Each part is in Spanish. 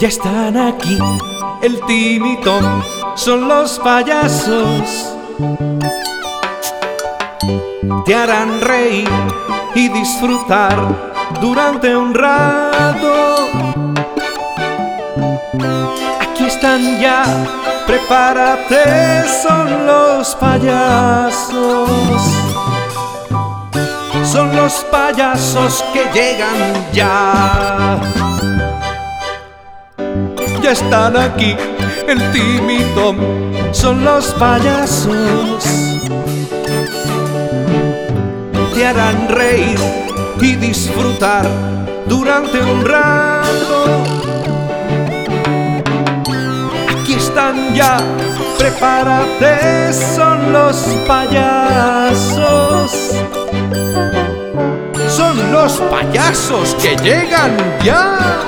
Ya están aquí el timitón, son los payasos. Te harán reír y disfrutar durante un rato. Aquí están ya, prepárate, son los payasos. Son los payasos que llegan ya ya están aquí, el timito son los payasos. Te harán reír y disfrutar durante un rato. Aquí están ya, prepárate, son los payasos. Son los payasos que llegan ya.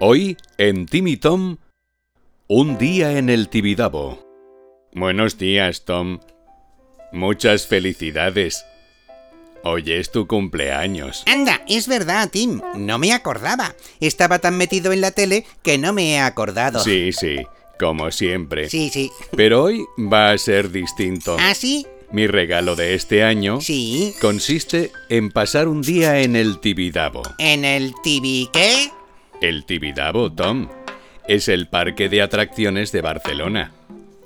Hoy, en Timmy Tom, un día en el Tibidabo. Buenos días, Tom. Muchas felicidades. Hoy es tu cumpleaños. Anda, es verdad, Tim. No me acordaba. Estaba tan metido en la tele que no me he acordado. Sí, sí, como siempre. Sí, sí. Pero hoy va a ser distinto. ¿Ah, sí? Mi regalo de este año Sí. consiste en pasar un día en el Tibidabo. ¿En el TV qué? El Tibidabo, Oh, Tom, es el parque de atracciones de Barcelona.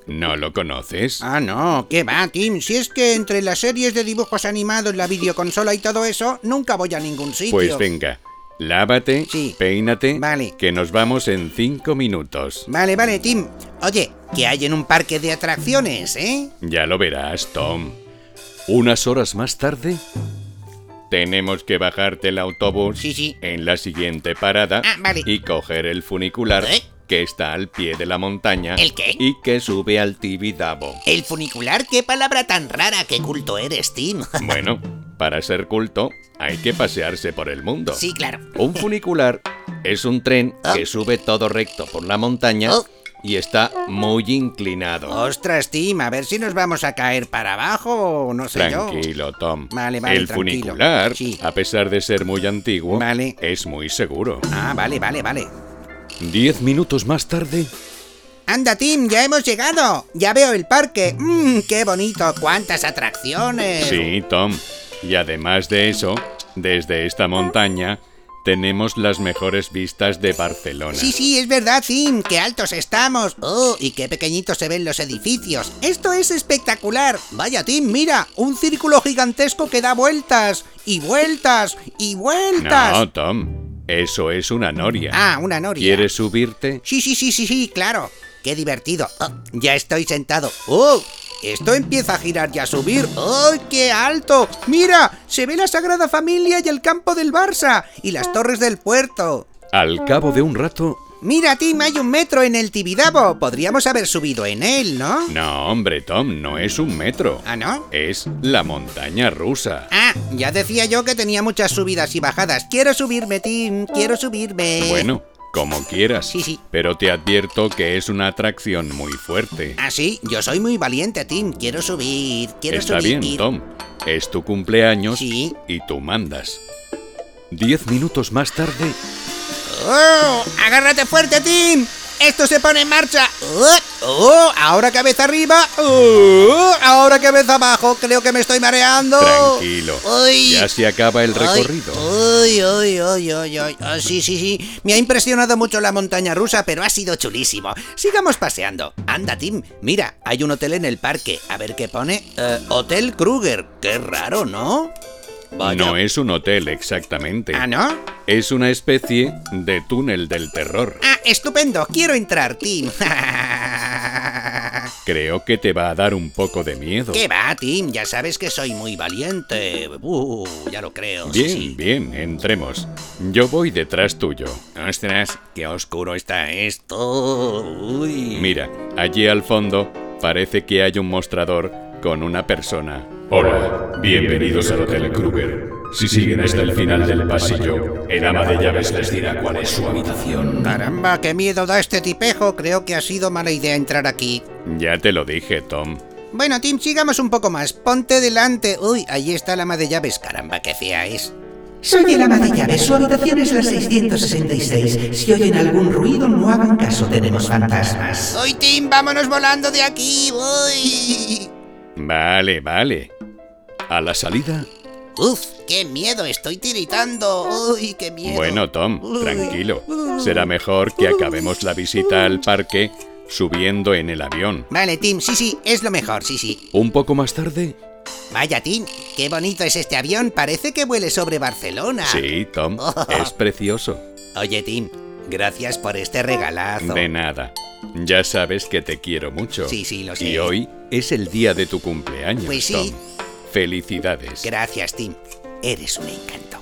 ¿No lo conoces? Ah, no, ¿qué va, Tim? Si es que entre las series de dibujos animados, la videoconsola y todo eso, nunca voy a ningún sitio. Pues venga, lávate, Sí. peínate, Vale. que nos vamos en cinco minutos. Vale, vale, Tim. Oye, ¿qué hay en un parque de atracciones, eh? Ya lo verás, Tom. Unas horas más tarde... Tenemos que bajarte el autobús Sí, sí. en la siguiente parada Ah, vale. y coger el funicular ¿Eh? que está al pie de la montaña ¿El qué? y que sube al Tibidabo. El funicular, qué palabra tan rara, qué culto eres, Tim. Bueno, para ser culto hay que pasearse por el mundo. sí, claro. Un funicular es un tren Ah. que sube todo recto por la montaña Ah. y está muy inclinado. Ostras, Tim, a ver si nos vamos a caer para abajo o no sé yo. Tranquilo, Tom. Vale, vale, el tranquilo. funicular, Sí. a pesar de ser muy antiguo, Vale. es muy seguro. Ah, vale, vale, vale. Diez minutos más tarde, Anda, Tim, ya hemos llegado. Ya veo el parque. Mmm, qué bonito. Cuántas atracciones. Sí, Tom. Y además de eso, desde esta montaña tenemos las mejores vistas de Barcelona. Sí, sí, es verdad, Tim, qué altos estamos. Oh, y qué pequeñitos se ven los edificios. Esto es espectacular. Vaya, Tim, mira, un círculo gigantesco que da vueltas y vueltas y vueltas. No, Tom. Eso es una noria. Ah, una noria. ¿Quieres subirte? Sí, sí, sí, sí, sí, claro. Qué divertido. Oh, ya estoy sentado. ¡Oh! Esto empieza a girar y a subir. ¡Oh, qué alto! ¡Mira! Se ve la Sagrada Familia y el campo del Barça y las torres del puerto. Al cabo de un rato... Mira, Tim, hay un metro en el Tibidabo. Podríamos haber subido en él, ¿no? No, hombre, Tom, no es un metro. ¿Ah, no? Es la montaña rusa. Ah, ya decía yo que tenía muchas subidas y bajadas. Quiero subirme, Tim. Quiero subirme. Bueno, como quieras. Sí, sí. Pero te advierto que es una atracción muy fuerte. Ah, sí, yo soy muy valiente, Tim. Quiero subir. Quiero Está subir. bien, Tom. Es tu cumpleaños Sí. y tú mandas. Diez minutos más tarde... ¡Oh! ¡Agárrate fuerte, Tim! ¡Esto se pone en marcha! ¡Oh! ¡Oh! ¡Ahora cabeza arriba! ¡Oh! ¡Ahora cabeza abajo! ¡Creo que me estoy mareando! Tranquilo. ¡Uy! Ya se acaba el recorrido. ¡Uy, uy, uy, uy, uy! Ah, sí, sí, sí. Me ha impresionado mucho la montaña rusa, pero ha sido chulísimo. Sigamos paseando. Anda, Tim. Mira, hay un hotel en el parque. A ver qué pone. Eh, hotel Kruger. Qué raro, ¿no? Vaya. No es un hotel exactamente. ¿Ah, no? Es una especie de túnel del terror. Ah, estupendo, quiero entrar, Tim. Creo que te va a dar un poco de miedo. ¿Qué va, Tim? Ya sabes que soy muy valiente. Uh, ya lo creo. sí, Bien, sí. bien, entremos. Yo voy detrás tuyo. Ostras, qué oscuro está esto. Uy. Mira, allí al fondo parece que hay un mostrador con una persona. Hola, bienvenidos al Hotel Kruger. Si siguen hasta el final del pasillo, el ama de llaves les dirá cuál es su habitación. Caramba, qué miedo da este tipejo. Creo que ha sido mala idea entrar aquí. Ya te lo dije, Tom. Bueno, Tim, sigamos un poco más. Ponte delante. Uy, ahí está la ama de llaves. Caramba, qué fea es. Soy el ama de llaves. Su habitación es la 666. Si oyen algún ruido, no hagan caso. Tenemos fantasmas. ¡Soy Tim! ¡Vámonos volando de aquí! ¡Voy! Vale, vale. A la salida, ¡Uf! ¡Qué miedo! ¡Estoy tiritando! ¡Uy, qué miedo! bueno, Tom, Uy. tranquilo. Será mejor que acabemos la visita al parque subiendo en el avión. Vale, Tim, sí, sí, es lo mejor, sí, sí. Un poco más tarde, Vaya, Tim, qué bonito es este avión. Parece que vuele sobre Barcelona. sí, Tom, es precioso. Oye, Tim, gracias por este regalazo. De nada. Ya sabes que te quiero mucho. Sí, sí, lo Y sé. hoy es el día de tu cumpleaños. Pues sí. Tom. Felicidades. Gracias, Tim. Eres un encanto.